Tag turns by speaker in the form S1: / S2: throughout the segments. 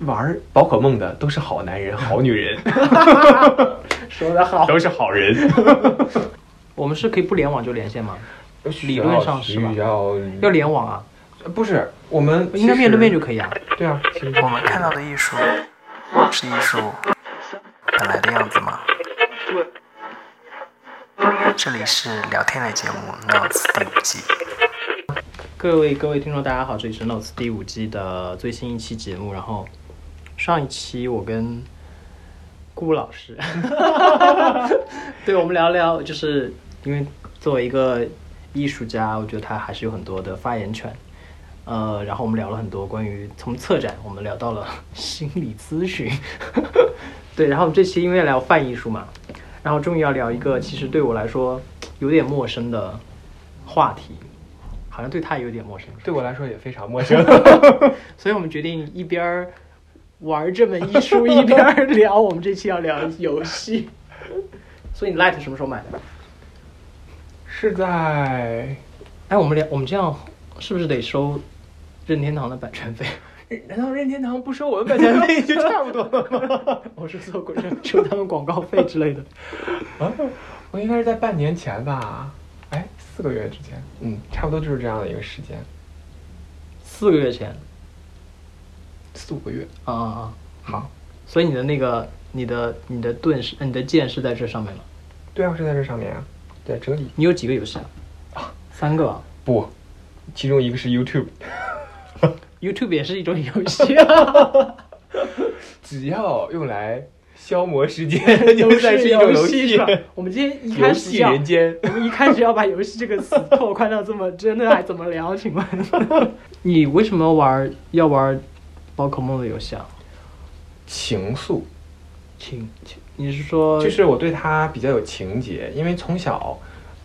S1: 玩宝可梦的都是好男 人、好女人，
S2: 说得好，
S1: 都是好人。
S2: 我们是可以不联网就连线吗？
S3: 理
S2: 理论上是吧
S3: 需要呃
S2: 要联网啊，
S3: 不是我们
S2: 应该面对面就
S3: 就
S2: 可以啊。
S3: 对啊，其实
S4: 我们看到的艺术是艺术本来的样子吗？这里是聊天类节目《Notes》第五季。
S2: 各位各位听众，大家好，这里是 Notes 第五季的最新一期节目。然后上一期我跟顾老师， 对我们聊聊，就是因为作为一个艺术家，我觉得他还是有很多的发言权。呃，然后我们聊了很多关于从策展，我们聊到了心理咨询， 对，然后我们这期因为聊泛艺术嘛，然后终于要聊一个其实对我来说有点陌生的话题，好像对他也有点陌生，
S3: 对我来说也非常陌生。
S2: 所以我们决定一边儿玩这门艺术，一边儿聊我们这期要聊游戏。 所以你 Light 什么时候买的？
S3: 是在
S2: 哎，我们聊，我们这样是不是得收任天堂的版 权费？
S3: 难道任天堂不收我们版权费就差不多了吗？
S2: 我是做过收他们广告费之类的。
S3: 啊，我应该是在半年前吧，哎，四个月之前，嗯，差不多就是这样的一个时间，
S2: 四个月前
S3: 四五个月。
S2: 啊啊啊！
S3: 好，
S2: 所以你的那个、你的、你的盾是、呃你的剑是在这上面了。
S3: 对啊，是在这上面啊，在这里
S2: 你有几个游戏啊？三个啊吧。
S3: 不，其中一个是 YouTube，
S2: YouTube 也是一种游戏 啊，
S3: 只要用来消磨时 间，就算是一种游
S2: 戏
S3: 戏
S2: 是吧。我们今天一
S3: 游
S2: 开始
S3: 戏
S2: 要
S3: 人间，
S2: 我们一开始要把游戏这个词 拓宽到这么真的，还怎么聊？请问 你为什么玩要玩宝可梦的游戏啊？
S3: 情愫，
S2: 请，请你是说
S3: 就是我对它比较有情节，因为从小，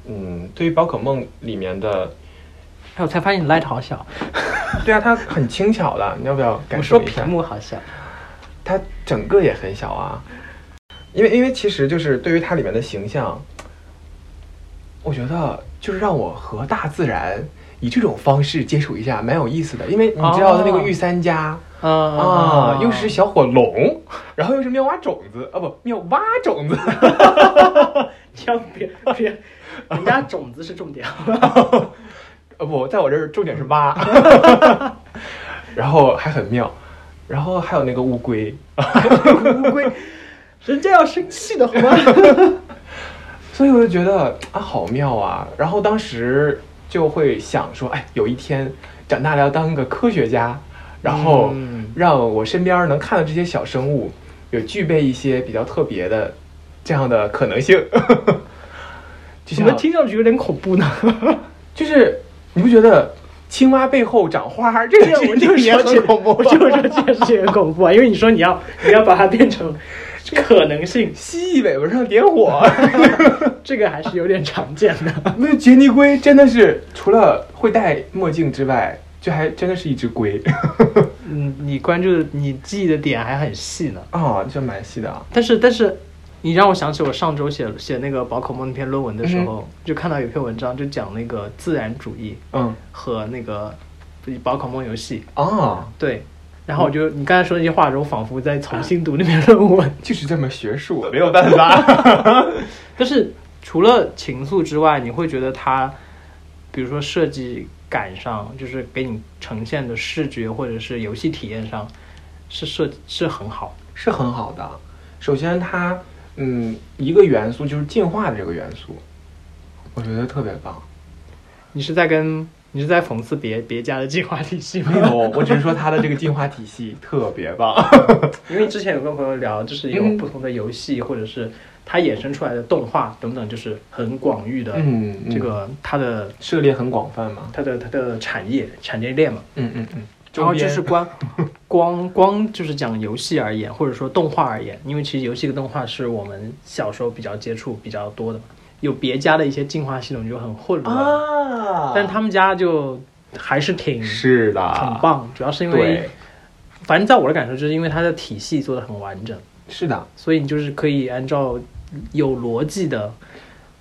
S3: 嗯，对于宝可梦里面的，
S2: 哎，我才发现你 light 好小，
S3: 对啊，它很轻巧的，你要不要
S2: 我
S3: 感
S2: 说
S3: 受一下
S2: 屏？幕好小，
S3: 它整个也很小啊，因为因为其实就是对于它里面的形象，我觉得就是让我和大自然以这种方式接触一下，蛮有意思的。因为你知道它那
S2: 哦
S3: 个御三家、
S2: 啊
S3: 啊，又 是小火龙，然后又是妙蛙种子啊，不妙蛙种子， 啊
S2: 要别别， 人家种子是重点，啊
S3: 呃不，在我这儿重点是 蛙，然后还很妙，然后还有那个乌龟，
S2: 乌龟，人家要生气的好吗？
S3: 所以我就觉得啊，好妙啊！然后当时就会想说，哎，有一天长大了要当个科学家，然后
S2: 嗯
S3: 让我身边能看到这些小生物有具备一些比较特别的这样的可能性。 就
S2: 怎么
S3: 像
S2: 听上去有点恐怖呢？
S3: 就是你不觉得青蛙背后长花儿这个
S2: 我
S3: 事
S2: 就
S3: 情也
S2: 说
S3: 很恐怖
S2: 我
S3: 吗？
S2: 就说这件事情很恐怖啊，因为你说你要你要把它变成可能性，
S3: 蜥蜴尾巴上点 火，
S2: 这个还是有点常见的。
S3: 那杰尼龟真的是除了会戴墨镜之外，这还真的是一只龟
S2: 嗯，你关注的你记忆的点还很细呢。
S3: 啊，这蛮细的啊。
S2: 但是但是，你让我想起我上周写写那个宝可梦那篇论文的时候，就看到有篇文章就讲那个自然主义
S3: 嗯
S2: 和那个宝可梦游戏，
S3: 啊，
S2: 对。然后我就你刚才说那些话的时候，我仿佛在重新读那篇论文。
S3: 就是这么学术，没有办法。
S2: 但是除了情愫之外，你会觉得它，比如说设计感上，就是给你呈现的视觉或者是游戏体验上，是设是很好。
S3: 是很好的。首先它，嗯，一个元素就是进化的这个元素，我觉得特别棒。
S2: 你是在跟你是在讽刺别别家的进化体系吗
S3: 没？有，我只是说它的这个进化体系特别棒。
S2: 因为之前有跟朋友聊，就是有
S3: 嗯
S2: 不同的游戏，或者是它衍生出来的动画等等，就是很广域的
S3: 嗯嗯
S2: 这个它的
S3: 涉猎很广泛嘛。
S2: 它的它的产业产业链嘛。
S3: 嗯嗯嗯。
S2: 然后就
S3: 周边
S2: 是光 光光就是讲游戏而言，或者说动画而言，因为其实游戏跟动画是我们小时候比较接触比较多的嘛，有别家的一些进化系统就很混乱，
S3: 啊，
S2: 但他们家就还是挺
S3: 是的，
S2: 很棒，主要是因为
S3: 对，
S2: 反正在我的感受就是因为它的体系做的很完整，
S3: 是的，
S2: 所以你就是可以按照有逻辑的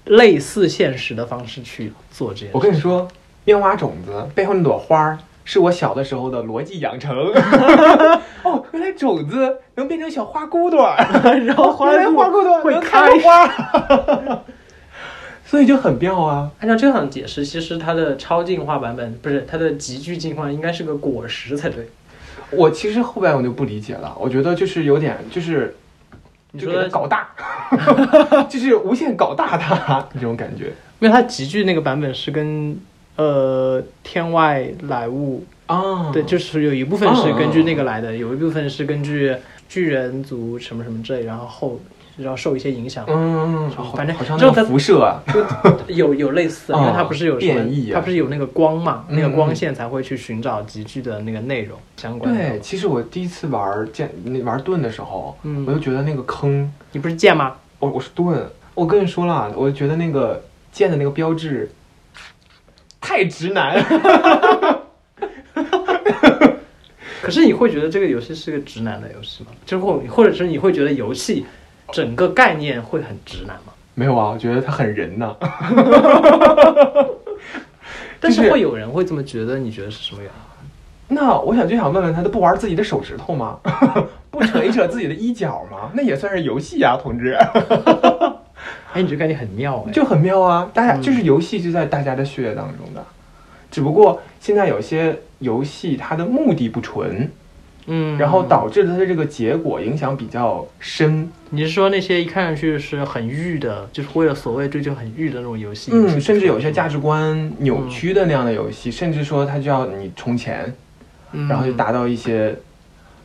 S2: 类似现实的方式去做这件
S3: 我
S2: 事。
S3: 跟你说，妙蛙种子背后那朵花儿是我小的时候的逻辑养 成。哦，原来种子能变成小花骨朵儿，
S2: 然后花
S3: 原来哦花骨朵儿
S2: 会
S3: 能
S2: 开
S3: 开花， 所以就很妙啊。
S2: 按照这样的解释，其实它的超进化版本不是它的极具进化，应该是个果实才对。
S3: 我其实后边我就不理解了，我觉得就是有点就是，
S2: 你
S3: 就
S2: 说
S3: 给它搞大， 就是无限搞大它这种感觉
S2: 因为它极具那个版本是跟呃天外来物，
S3: 啊
S2: 对，就是有一部分是
S3: 嗯
S2: 根据那个来的，有一部分是根据巨人族什么什么之类，然后后然后受一些影响。
S3: 嗯，
S2: 就
S3: 好
S2: 反正
S3: 好像
S2: 就
S3: 那
S2: 它
S3: 个辐射啊，
S2: 就有有类似，因为它不是有什么
S3: 哦变异啊
S2: 它不是有那个光嘛，
S3: 嗯
S2: 那个光线才会去寻找极具的那个内容相关的。
S3: 对，，其实我第一次玩剑那玩盾的时候，
S2: 嗯
S3: 我就觉得那个坑，
S2: 你不是剑吗？
S3: 我我是盾，我跟你说了，我就觉得那个剑的那个标志太直男，
S2: 可是你会觉得这个游戏是个直男的游戏吗？就是或或者是你会觉得游戏整个概念会很直男吗？
S3: 没有啊，我觉得他很人呐、就
S2: 但
S3: 是是
S2: 会有人会这么觉得，你觉得是什么原因？
S3: 那我想就想问问他，他不玩自己的手指头吗？ 不扯一扯自己的衣角吗？那也算是游戏啊，同志，
S2: 哎，你这个概念很妙 哎，
S3: 就很妙啊！大家、就是游戏就在大家的血液当中的，只不过现在有些游戏它的目的不纯，
S2: 嗯，
S3: 然后导致它的这个结果影响比较深。
S2: 你是说那些一看上去是很欲的，就是为了所谓追求很欲的那种游戏，
S3: 嗯，甚至有些价值观扭曲的那样的游戏，甚至说它就要你充钱，
S2: 嗯，
S3: 然后就达到一些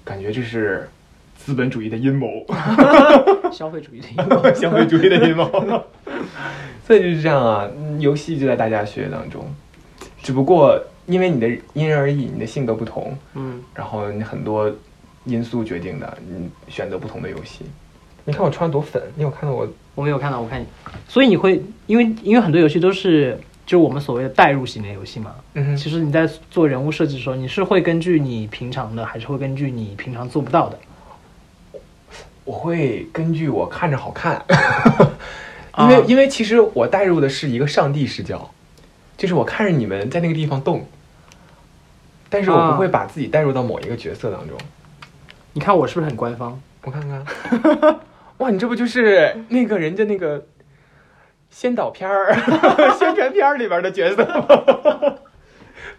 S3: 感觉就是资本主义的阴 谋。
S2: 消费主义的 一
S3: 消费主义的阴谋。 所以就是这样啊，嗯游戏就在大家血液当中，只不过因为你的因人而异，你的性格不同，
S2: 嗯，
S3: 然后你很多因素决定的，你选择不同的游戏。你看我穿得多粉，你有看到我？
S2: 我没有看到，我看你，所以你会因为因为很多游戏都是就是我们所谓的代入型的游戏嘛，
S3: 嗯
S2: 其实你在做人物设计的时候，你是会根据你平常的，还是会根据你平常做不到的？
S3: 我会根据我看着好看，因为、
S2: 啊
S3: 因为其实我带入的是一个上帝视角，就是我看着你们在那个地方动，但是我
S2: 啊
S3: 不会把自己带入到某一个角色当中。
S2: 你看我是不是很官方？
S3: 我看看， 哇，你这不就是那个人家那个先导片儿、 宣传片儿里边的角色 吗？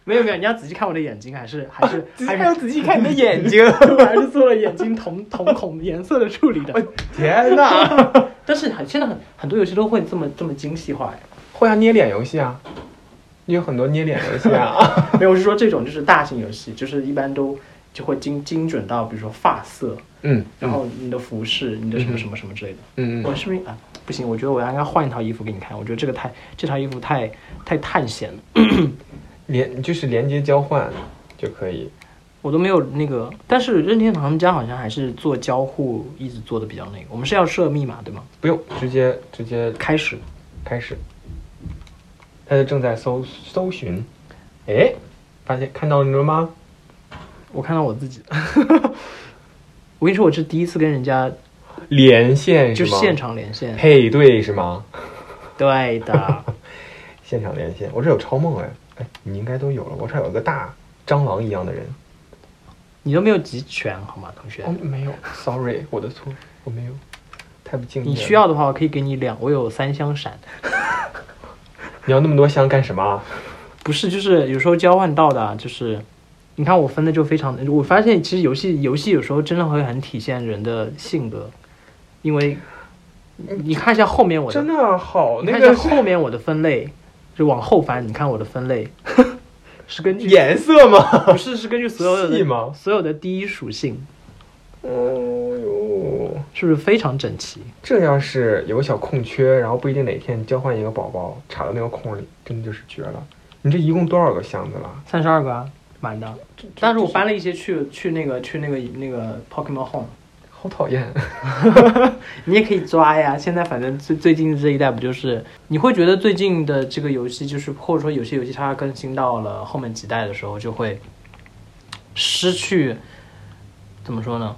S2: 没有没有，你要仔细看我的眼睛，还是还是还
S3: 还要
S2: 是
S3: 仔细 看你的眼睛。
S2: 我还是做 了眼睛瞳瞳孔颜色的处理
S3: 嗯
S2: 的。
S3: 天哪！
S2: 但是很现在很很多游戏都会这么这么精细化哎呀。
S3: 会啊，捏脸游戏啊，有很多捏脸游戏 啊。
S2: 没有，我是说这种就是大型游戏，就是一般都就会精精准到，比如说发色，
S3: 嗯，
S2: 然后你的服饰，你的什么什么什么之类的。
S3: 嗯
S2: 我是不是啊？不行，我觉得我要应该换一套衣服给你看。我觉得这个太这套衣服太太探险了，
S3: 连就是连接交换就可以。
S2: 我都没有那个。但是任天堂他们家好像还是做交互，一直做的比较那个。我们是要设密码对吗？
S3: 不用，直接直接
S2: 开始，
S3: 开始。他正在搜搜寻，哎，发现看到你了吗？
S2: 我看到我自己。 我跟你说，我是第一次跟人家
S3: 连线
S2: 就是是
S3: 吗？
S2: 现场连线，
S3: 配对是吗？
S2: 对的。
S3: 现场连线，我这有超梦哎，哎，你应该都有了。我这儿有个大蟑螂一样的人。
S2: 你都没有集全好吗，同学？
S3: 哦，没有，sorry，我的错，我哦没有，太不敬业。
S2: 你需？要的话，我可以给你两，我有三箱闪。
S3: 你要那么多箱干什么啊？
S2: 不是，就是有时候交换到的啊，就是你看我分的就非常，我发现其实游戏游戏有时候真的会很体现人的性格，因为你你看一下后面我的，
S3: 真的好，
S2: 你
S3: 那
S2: 看一下
S3: 个
S2: 后面我的分类，就往后翻，你看我的 分类是根据
S3: 颜色吗？
S2: 不是是根据所有
S3: 细
S2: 的哎
S3: 吗
S2: 所有的第一属性
S3: 哦呦，
S2: 是不是非常整齐？
S3: 这要是有个小空缺，然后不一定哪天交换一个宝宝插到那个空里，真的就是绝了。你这一共多少个箱子了？
S2: 三十二个啊，满的。但是我搬了一些去去那个去那个那个 Pokemon Home。
S3: 好讨厌。
S2: 你也可以抓呀。现在反正最最近这一代不就是，你会觉得最近的这个游戏就是，或者说有些游戏它更新到了后面几代的时候，就会失去怎么说呢？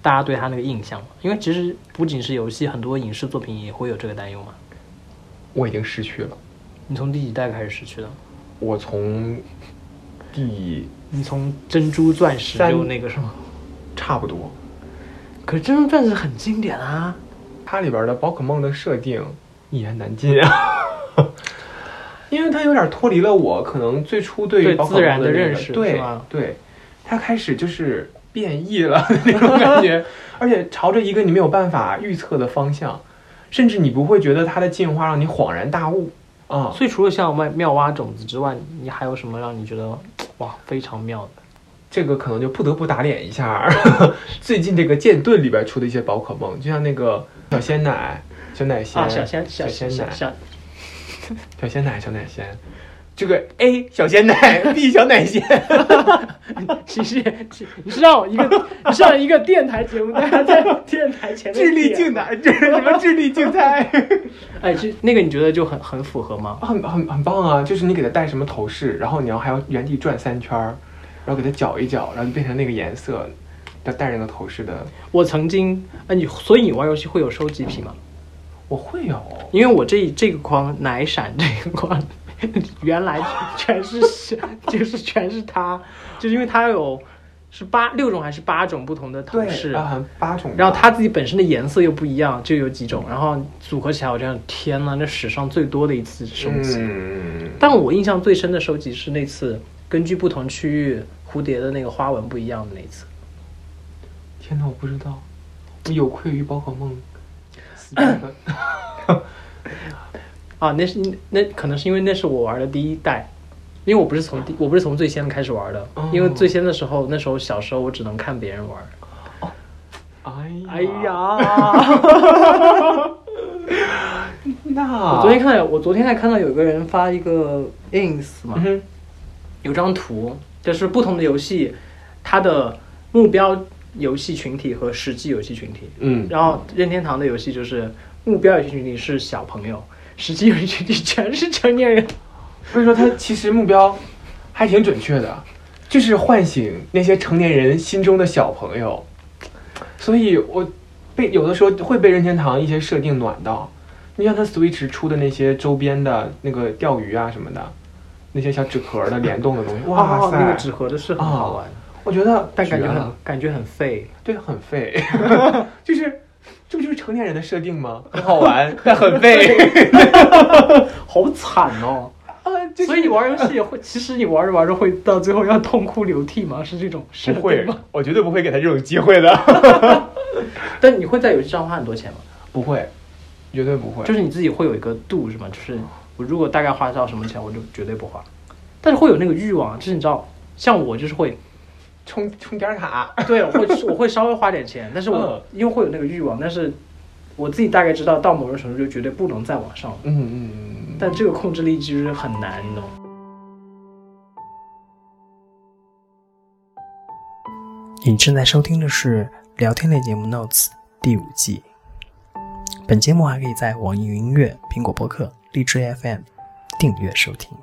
S2: 大家对它那个印象了，因为其实不仅是游戏，很多影视作品也会有这个担忧嘛。
S3: 我已经失去了，
S2: 你从第几代开始失去的？
S3: 我从第
S2: 你从珍珠钻石
S3: 三
S2: 就那个什么，
S3: 差不多，
S2: 可是珍珠钻石很经典啊。
S3: 它里边的宝可梦的设定一言难尽啊，因为它有点脱离了我可能最初对于
S2: 对
S3: 宝可
S2: 自
S3: 梦
S2: 然的
S3: 那个
S2: 认识是
S3: 对
S2: 吧
S3: 对，它开始就是变异了那种感 觉，而且朝着一个你没有办法预测的方向，甚至你不会觉得它的进化让你恍然大悟啊。
S2: 所以除了像妙妙蛙种子之外，你还有什么让你觉得哇非常妙的？
S3: 这个可能就不得不打脸一下 儿最近这个剑盾里边出的一些宝可梦，就像那个小鲜奶、小奶仙、
S2: 啊，小仙
S3: 小
S2: 仙
S3: 鲜奶
S2: 小、小
S3: 小鲜奶、小奶仙，这个 A 小鲜奶 ，B 小奶仙，
S2: 其实其你是让我一个，你是让一个电台节目，大 家在电台前面
S3: 智力
S2: 点
S3: 竞猜，这什 么智力竞猜，
S2: 哎，这那个你觉得就很很符合吗？
S3: 很很很棒啊！就是你给它戴什么头饰，然后你要还要原地转三圈儿，然后给它搅一搅，然后就变成那个颜色，要戴着那个头饰的，
S2: 我曾经，哎，你所以你玩游戏会有收集癖吗？
S3: 我会有。
S2: 因为我这这个框奶闪这个框，原来全是 就是全是它，就是因为它有是八六种还是八种不同的头
S3: 对，啊
S2: 饰，
S3: 然后好像八种吧，
S2: 然后它自己本身的颜色又不一样，就有几种，然后组合起来，我这样天呐，那史上最多的一次收集。
S3: 嗯，
S2: 但我印象最深的收集是那次根据不同区域蝴蝶的那个花纹不一样的那一次。
S3: 天哪，我不知道，我有愧于宝可梦。死忠 粉
S2: 啊，那是那可能是因为那是我玩的第一代，因为我不是从第我不是从最先开始玩的，
S3: 哦
S2: 因为最先的时候那时候小时候我只能看别人玩。
S3: 哎
S2: 哎
S3: 呀，
S2: 呀，
S3: 那
S2: 我昨天看了，我昨天还看到有个人发一个 ins 嘛，
S3: 嗯
S2: 有张图，就是不同的游戏，它的目标游戏群体和实际游戏群体。
S3: 嗯，
S2: 然后任天堂的游戏就是目标游戏群体是小朋友，实际游戏群体全是成年人。
S3: 所以说他其实目标还挺准确的，就是唤醒那些成年人心中的小朋友。所以我被有的时候会被任天堂一些设定暖到，你像他 Switch 出的那些周边的那个钓鱼啊什么的，那些小纸壳的联动的 东西，哇
S2: 哦
S3: 塞，
S2: 那个纸盒的是很好玩，
S3: 我觉得
S2: 但感觉
S3: 绝
S2: 很
S3: 了
S2: 感觉很废。
S3: 对，很 废，就是这不就是成年人的设定吗？很好玩，但很废。
S2: 好惨哦！
S3: 啊， 就是
S2: 所以你玩游戏也会，其实你玩着玩着会到最后要痛哭流涕吗？是这种设
S3: 不会
S2: 定吗？，
S3: 我绝对不会给他这种机会的。
S2: 但你会在游戏上花很多钱吗？
S3: 不会，绝对不会。
S2: 就是你自己会有一个度是吗？就是我如果大概花到什么钱，我就绝对不花。但是会有那个欲望，啊就是你知道，像我就是会
S3: 充充点卡。
S2: 对，我会我会稍微花点钱，但是我、因为会有那个欲望，但是我自己大概知道到某种程度就绝对不能再往上了。
S3: 嗯嗯嗯嗯。
S2: 但这个控制力其实很难，你懂吗？
S4: 你正在收听的是聊天类节目《Notes》第五季。本节目还可以在网易云音乐、苹果播客、荔枝 FM 订阅收听。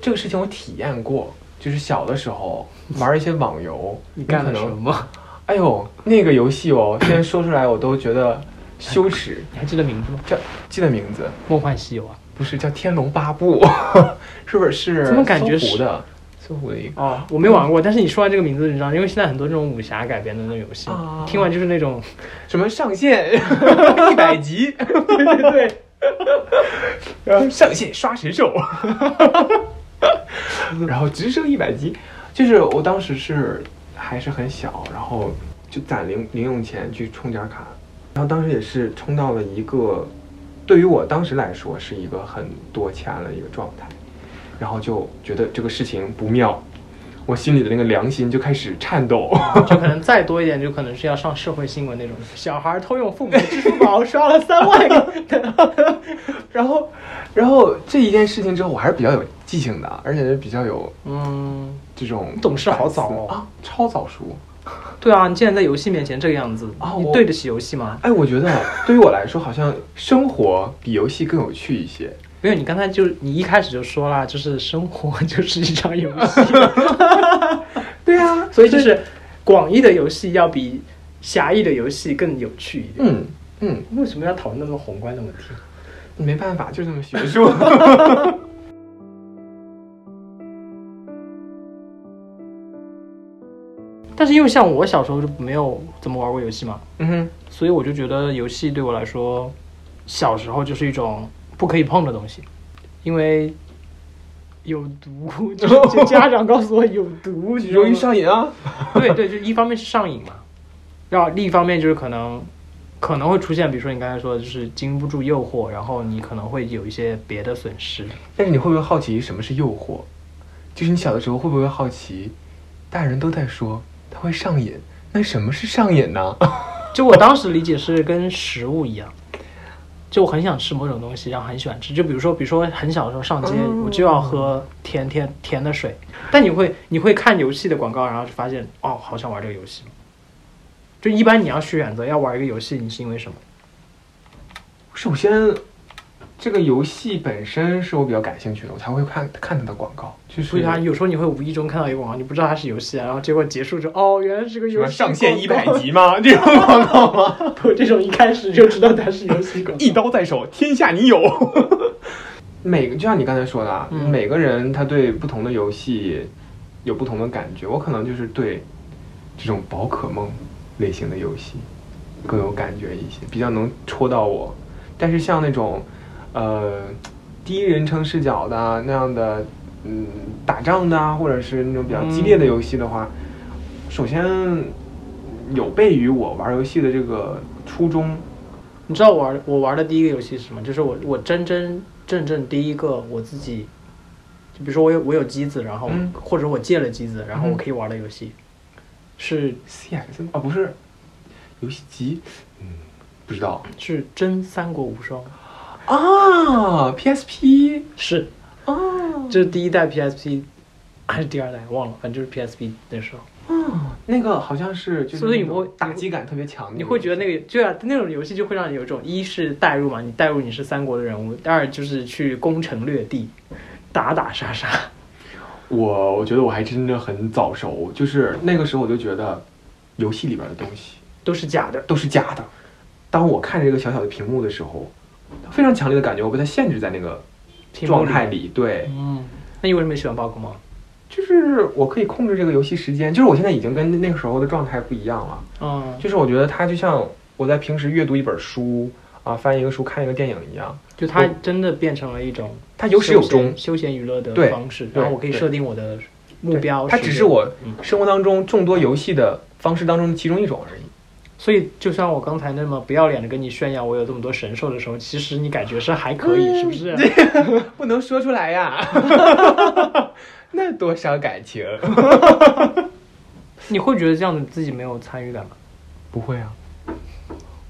S3: 这个事情我体验过，就是小的时候玩一些网游，
S2: 你干了
S3: 可
S2: 什
S3: 能？
S2: 么？
S3: 哎呦，那个游戏哦， 现在说出来我都觉得羞耻。
S2: 你还记得名字吗？
S3: 叫记得名字
S2: 《梦幻西游》啊？
S3: 不是叫《天龙八部》， 是不是？是
S2: 怎么感觉
S3: 搜
S2: 是
S3: 狐的？搜狐的一个。
S2: 哦，我没玩过，但是你说完这个名字，你知道，因为现在很多这种武侠改编的那种游戏，
S3: 啊
S2: 听完就是那种
S3: 什么上线一百级，对对对，然后上线刷神兽，然后直升一百级，就是我当时是还是很小，然后就攒零零用钱去充点卡，然后当时也是充到了一个，对于我当时来说是一个很多钱的一个状态，然后就觉得这个事情不妙，我心里的那个良心就开始颤抖。
S2: 就可能再多一点，就可能是要上社会新闻那种。小孩偷用父母的支付宝刷了三万个，
S3: 然后，然后这一件事情之后，我还是比较有记性的，啊而且是比较有
S2: 嗯，
S3: 这种
S2: 懂事好早哦
S3: 反思啊，超早熟。
S2: 对啊，你竟然在游戏面前这个样子，
S3: 啊
S2: 你
S3: 我
S2: 对得起游戏吗？
S3: 哎，我觉得对于我来说，好像生活比游戏更有趣一些。
S2: 没有，你刚才就你一开始就说啦，就是生活就是一场游戏，
S3: 对啊，
S2: 所以就是广义的游戏要比狭义的游戏更有趣一点。
S3: 嗯嗯，
S2: 为什么要讨论那么宏观的问题？
S3: 没办法，就这么学术。
S2: 但是因为像我小时候就没有怎么玩过游戏嘛，
S3: 嗯哼，
S2: 所以我就觉得游戏对我来说，小时候就是一种不可以碰的东西，因为有毒，就是就家长告诉我有毒，你知道
S3: 容易
S2: 吗
S3: 上瘾啊。
S2: 对对，就一方面是上瘾嘛，然后另一方面就是可能可能会出现，比如说你刚才说的就是经不住诱惑，然后你可能会有一些别的损失。
S3: 但是你会不会好奇什么是诱惑？就是你小的时候会不会好奇，大人都在说它会上瘾，那什么是上瘾呢？
S2: 就我当时理解是跟食物一样，就我很想吃某种东西，然后很喜欢吃。就比如说，比如说很小的时候上街，我就要喝甜甜甜的水，但你会你会看游戏的广告，然后就发现哦，好想玩这个游戏。就一般你要去选择要玩一个游戏，你是因为什么？
S3: 首先，这个游戏本身是我比较感兴趣的，我才会看看它的广告，就
S2: 所以
S3: 是
S2: 它有时候你会无意中看到一个广告，你不知道它是游戏啊，然后结果结束之后，哦，原来是个
S3: 什
S2: 游
S3: 么
S2: 戏。
S3: 上线一百，级吗？这种广告吗？
S2: 我这种一开始就知道它是游戏广告。
S3: 一刀在手，天下你有。 每个就像你刚才说的啊，
S2: 嗯
S3: 每个人他对不同的游戏有不同的感觉。我可能就是对这种宝可梦类型的游戏更有感觉一些，比较能戳到我。但是像那种呃第一人称视角的啊那样的，嗯，打仗的啊，或者是那种比较激烈的游戏的话，首先有悖于我玩游戏的这个初衷。
S2: 你知道我玩我玩的第一个游戏是什么？就是我我真真正正第一个我自己，就比如说我有我有机子，然后、
S3: 嗯
S2: 或者我借了机子，然后
S3: 嗯
S2: 我可以玩的游戏，是
S3: CS 啊，不是游戏机，嗯，不知道
S2: 是真三国无双，哦
S3: 啊，PSP
S2: 是
S3: 啊
S2: 这是第一代 PSP 还是第二代忘了，反正就是 PSP 那时候。
S3: 啊，那个好像是就是
S2: 哦所以
S3: 那种
S2: 我
S3: 打击感特别强的
S2: 你
S3: 那种，
S2: 会觉得那个就啊，那种游戏就会让你有一种一是代入嘛，你代入你是三国的人物；二就是去攻城略地，打打杀杀。
S3: 我我觉得我还真的很早熟，就是那个时候我就觉得游戏里边的东西
S2: 都是假的，
S3: 都是假的。当我看着这个小小的屏幕的时候，非常强烈的感觉我被它限制在那个状态里，对，
S2: 嗯，那你为什么喜欢宝可梦？
S3: 就是我可以控制这个游戏时间，就是我现在已经跟那个时候的状态不一样了。
S2: 嗯，
S3: 就是我觉得它就像我在平时阅读一本书啊，翻一个书、看一个电影一样，
S2: 就它真的变成了一种
S3: 它有始有终
S2: 休闲。休闲娱乐的
S3: 对
S2: 方式，
S3: 对
S2: 然后我可以
S3: 对
S2: 设定我的目
S3: 对
S2: 标。
S3: 它只是，我
S2: 嗯
S3: 生活当中众多游戏的方式当中的其中一种而已。
S2: 所以就像我刚才那么不要脸的跟你炫耀我有这么多神兽的时候，其实你感觉是还可以，是不嗯是？
S3: 不能说出来呀， 那多伤感情。
S2: 你会觉得这样子自己没有参与感吗？
S3: 不会啊，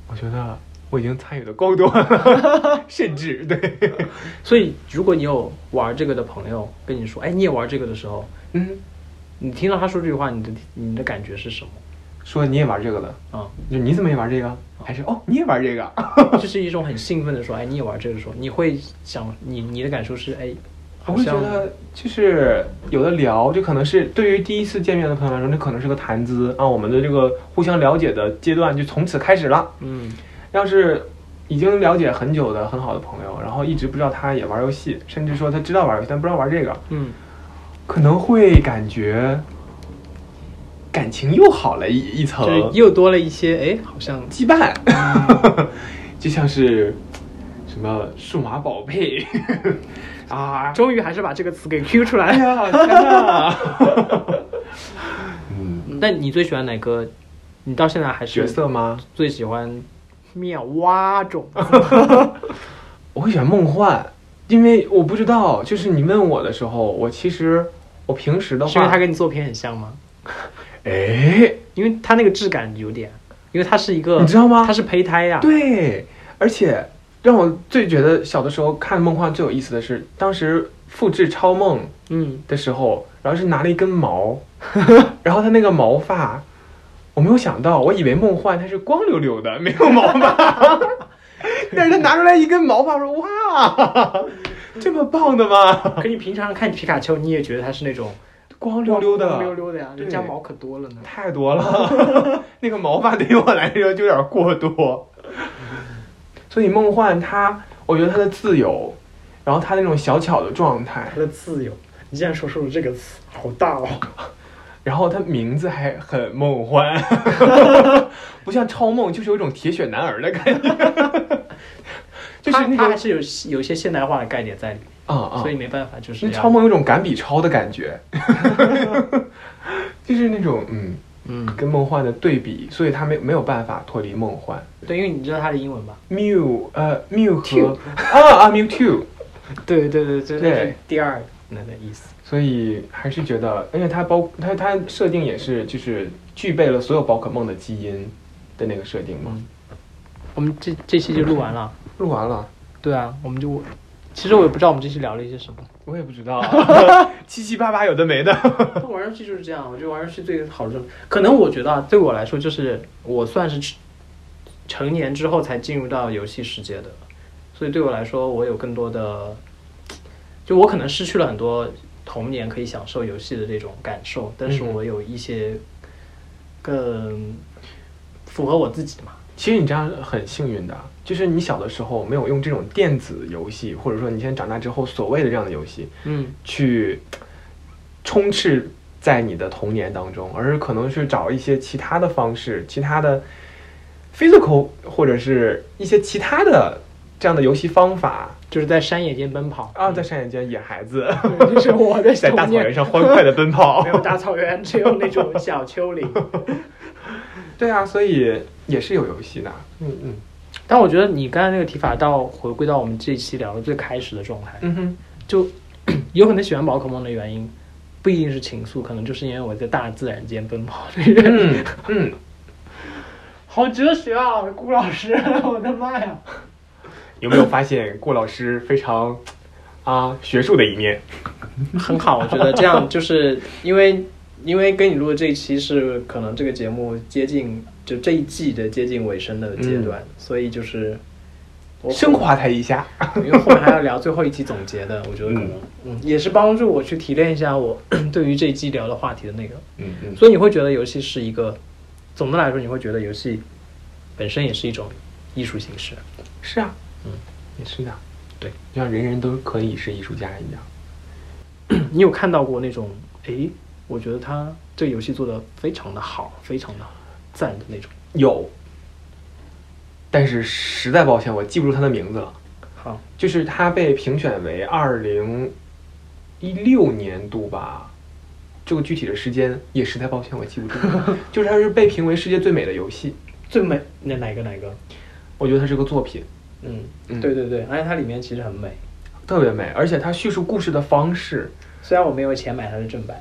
S3: 我觉得我已经参与的够多了， 甚至对，
S2: 所以，如果你有玩这个的朋友跟你说，哎，你也玩这个的时候，
S3: 嗯，
S2: 你听到他说这句话，你的你的感觉是什么？
S3: 说你也玩这个了，
S2: 啊、
S3: 就你怎么也玩这个？还是哦，你也玩这个？
S2: 就是一种很兴奋的说，哎，你也玩这个的时候，你会想，你你的感受是，哎，
S3: 我
S2: 好
S3: 会觉
S2: 像
S3: 得就是有的聊，这可能是对于第一次见面的朋友来说，这可能是个谈资啊。我们的这个互相了解的阶段就从此开始了。
S2: 嗯，
S3: 要是已经了解很久的很好的朋友，然后一直不知道他也玩游戏，甚至说他知道玩游戏，但不知道玩这个，
S2: 嗯，
S3: 可能会感觉感情又好了一一层
S2: 就是嗯又多了一些，哎，好像
S3: 羁绊， 就像是什么数码宝贝 啊，
S2: 终于还是把这个词给 Q 出来
S3: 哎
S2: 了。
S3: 呀，天哪！啊 嗯，
S2: 那你最喜欢哪个？你到现在还是
S3: 角色吗？
S2: 最喜欢妙蛙种 子？
S3: 我会选梦幻，因为我不知道，就是你问我的时候，我其实我平时的话，
S2: 是因为它跟你作品很像吗？
S3: 哎，
S2: 因为它那个质感有点，因为它是一个，
S3: 你知道吗
S2: 它是胚胎呀、
S3: 对，而且让我最觉得小的时候看梦幻最有意思的是，当时复制超梦
S2: 嗯，
S3: 的时候，然后是拿了一根毛， 然后它那个毛发，我没有想到，我以为梦幻它是光溜溜的，没有毛发， 但是他拿出来一根毛发，我说哇，这么棒的吗？
S2: 可你平常看皮卡丘，你也觉得它是那种
S3: 光溜溜的，
S2: 光溜溜的呀，
S3: 对
S2: 人家毛可多了呢。
S3: 太多了， 那个毛发对于我来说就有点过多。所以梦幻它，我觉得它的自由，然后它那种小巧的状态
S2: 它，的自由，你竟然说出了这个词，好大哦！
S3: 然后他名字还很梦 幻，不像超梦，就是有一种铁血男儿的感觉， 就是
S2: 他他
S3: 那
S2: 还
S3: 种
S2: 是有有一些现代化的概念在里面，
S3: 啊啊
S2: 所以，没办法，就是
S3: 那
S2: 要
S3: 超梦有种赶笔超的感 觉，就是那种嗯，
S2: 嗯，
S3: 跟梦幻的对比，所以他没没有办法脱离梦幻。
S2: 对，因为你知道它的英文吧？
S3: Mew 呃 Mew 和啊啊 Mew Two，
S2: 对对对对
S3: 对
S2: 是第二那个意思。
S3: 所以还是觉得，而且它包它它设定也是就是具备了所有宝可梦的基因的那个设定
S2: 嗯
S3: 嘛。
S2: 我们这这期就录完了，
S3: 录完了，
S2: 对啊，我们就其实我也不知道我们这期聊了一些什么。
S3: 我也不知道，啊 七七八八有的没的。
S2: 玩游戏就是这样，我觉得玩游戏最好的，可能我觉得啊，对我来说就是我算是成成年之后才进入到游戏世界的，所以对我来说，我有更多的，就我可能失去了很多童年可以享受游戏的这种感受，但是
S3: 嗯
S2: 我有一些更符合我自己嘛。
S3: 其实你这样很幸运的，啊就是你小的时候没有用这种电子游戏，或者说你现在长大之后所谓的这样的游戏，
S2: 嗯，
S3: 去充斥在你的童年当中，而是可能是找一些其他的方式、其他的 physical 或者是一些其他的这样的游戏方法
S2: 就是在山野间奔跑
S3: 啊，在山野间野孩子，
S2: 对这是我的
S3: 在大
S2: 童
S3: 草
S2: 年
S3: 原上欢快的奔跑
S2: 没。有大草原，只有那种小丘陵。
S3: 对啊，所以也是有游戏的。嗯嗯
S2: 但我觉得你刚才那个提法，到回归到我们这一期聊的最开始的状态，
S3: 嗯哼，
S2: 就 有可能喜欢宝可梦的原因，不一定是情愫，可能就是因为我在大自然间奔跑的
S3: 嗯
S2: 人。
S3: 嗯，
S2: 好哲学啊，顾老师，我的妈呀！
S3: 有没有发现顾老师非常啊学术的一面？
S2: 很好，我觉得这样就是因为因为跟你录的这一期是可能这个节目接近就这一季的接近尾声的阶段，所以就是我
S3: 升华他一下。
S2: 因为后面还要聊最后一期总结的，我觉得可能嗯也是帮助我去提炼一下我 对于这一季聊的话题的内容。
S3: 嗯嗯
S2: 所以你会觉得游戏是一个，总的来说你会觉得游戏本身也是一种艺术形式。
S3: 是啊，
S2: 嗯，
S3: 也是的，
S2: 对，
S3: 就像人人都可以是艺术家一样。
S2: 你有看到过那种诶，我觉得他这个游戏做的非常的好，非常的赞的那种。
S3: 有，但是实在抱歉，我记不住他的名字了。
S2: 好，
S3: 就是他被评选为二零一六年度吧，这个具体的时间也实在抱歉，我记不住。 就是他是被评为世界最美的游戏，
S2: 最美那哪个哪个？
S3: 我觉得它是个作品，
S2: 嗯，
S3: 嗯
S2: 对对对，而且它里面其实很美，
S3: 特别美，而且它叙述故事的方式，
S2: 虽然我没有钱买它的正版，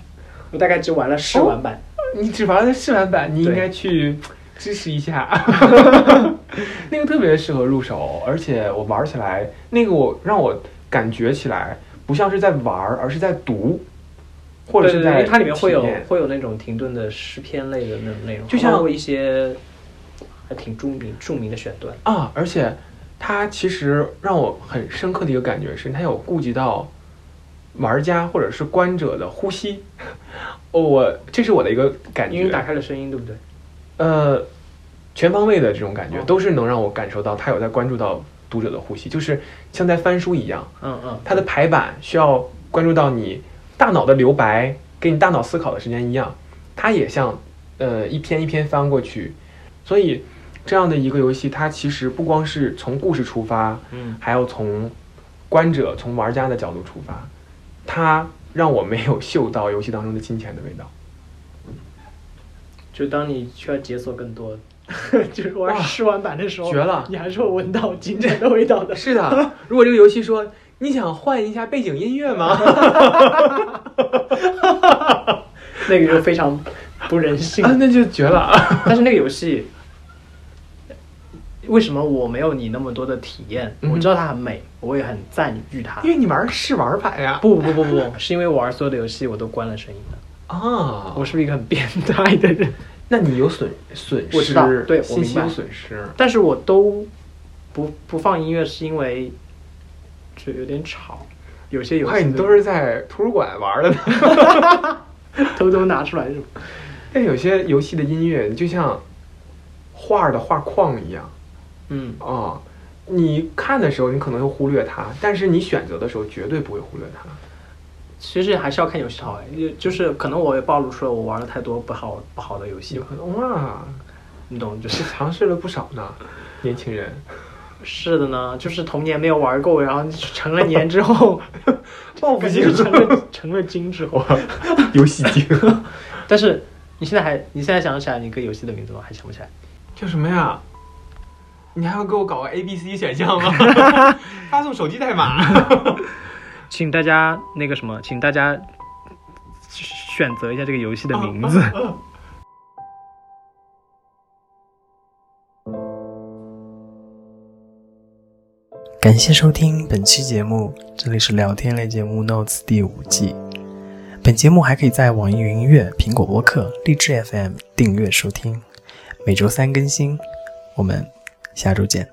S2: 我大概只玩了试玩版。
S3: 你只玩了试玩版，你
S2: 对
S3: 应该去支持一 下，那个特别适合入手，而且我玩起来，那个我让我感觉起来不像是在玩儿，而是在读，或者
S2: 对
S3: 是
S2: 对对，因
S3: 在
S2: 为它里面会有
S3: 体验
S2: 会有那种停顿的诗篇类的那种内容，
S3: 就像
S2: 包括一些还挺著名著名的选段。
S3: 啊，而且它其实让我很深刻的一个感觉是，它有顾及到玩家或者是观者的呼吸，哦，我这是我的一个感
S2: 因为打
S3: 觉，
S2: 开了声音，对不对？
S3: 呃，全方位的这种感觉
S2: 哦
S3: 都是能让我感受到他有在关注到读者的呼吸，就是像在翻书一样，
S2: 嗯嗯，
S3: 它的排版需要关注到你大脑的留白，跟你大脑思考的时间一样，它也像呃一篇一篇翻过去，所以这样的一个游戏，它其实不光是从故事出发，
S2: 嗯，
S3: 还要从观者、从玩家的角度出发，它让我没有嗅到游戏当中的金钱的味 道。
S2: 就当你需要解锁更多， 就是玩
S3: 哇
S2: 试玩版的时候，
S3: 绝了
S2: 你还是会闻到金钱的味道的。
S3: 是的，如果这个游戏说你想换一下背景音乐吗？
S2: 那个就非常不人性
S3: 啊，。 那就绝了啊！
S2: 但是那个游戏，为什么我没有你那么多的体验？
S3: 嗯哼
S2: 我知道它很美，我也很赞誉它
S3: 因。为你玩试玩版呀。
S2: 不不不不，是因为我玩所有的游戏我都关了声音的。
S3: 啊，
S2: 我是不是一个很变态的人？
S3: 那你有损损失，
S2: 我知道对我
S3: 信
S2: 明
S3: 息
S2: 白
S3: 有损失。
S2: 但是我都不不放音乐，是因为就有点吵。有些游
S3: 我
S2: 戏
S3: 看你都是在图书馆玩的呢。
S2: 偷偷拿出来是吧？
S3: 但有些游戏的音乐就像画儿的画框一样
S2: 嗯，
S3: 啊、你看的时候你可能会忽略它，但是你选择的时候绝对不会忽略它。
S2: 其实还是要看游戏好哎，就就是可能我也暴露出了我玩了太多不好不好的游戏
S3: 有
S2: 吧，
S3: 可能哇，
S2: 你懂就是
S3: 这尝试了不少呢， 年轻人。
S2: 是的呢，就是童年没有玩够，然后成了年之 后，
S3: 报复性
S2: 感觉成了成了精之后，
S3: 游戏精
S2: 但是你现在还你现在想得起来你个游戏的名字吗？还想不起来？
S3: 叫什么呀？你还要给我搞个 A B C 选项 吗？发送手机代码。
S2: 请大家那个什么，请大家选择一下这个游戏的名字。
S4: 感谢收听本期节目，这里是聊天类节目 Notes 第五季。本节目还可以在网易云音乐、苹果播客、荔枝 FM 订阅收听，每周三更新。我们下周见。